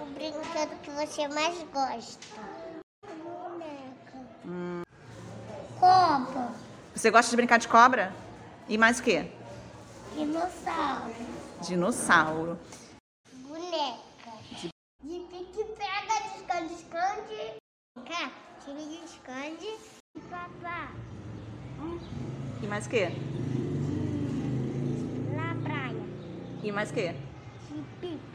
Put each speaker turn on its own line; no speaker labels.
Um brinquedo que você mais gosta? Boneca. Cobra.
Você gosta de brincar de cobra? E mais o quê?
Dinossauro.
Dinossauro.
Boneca. De pique-pega, de esconde-esconde. Cá, tira de esconde. E papá,
E mais o quê?
na praia.
E mais o quê?
De pique.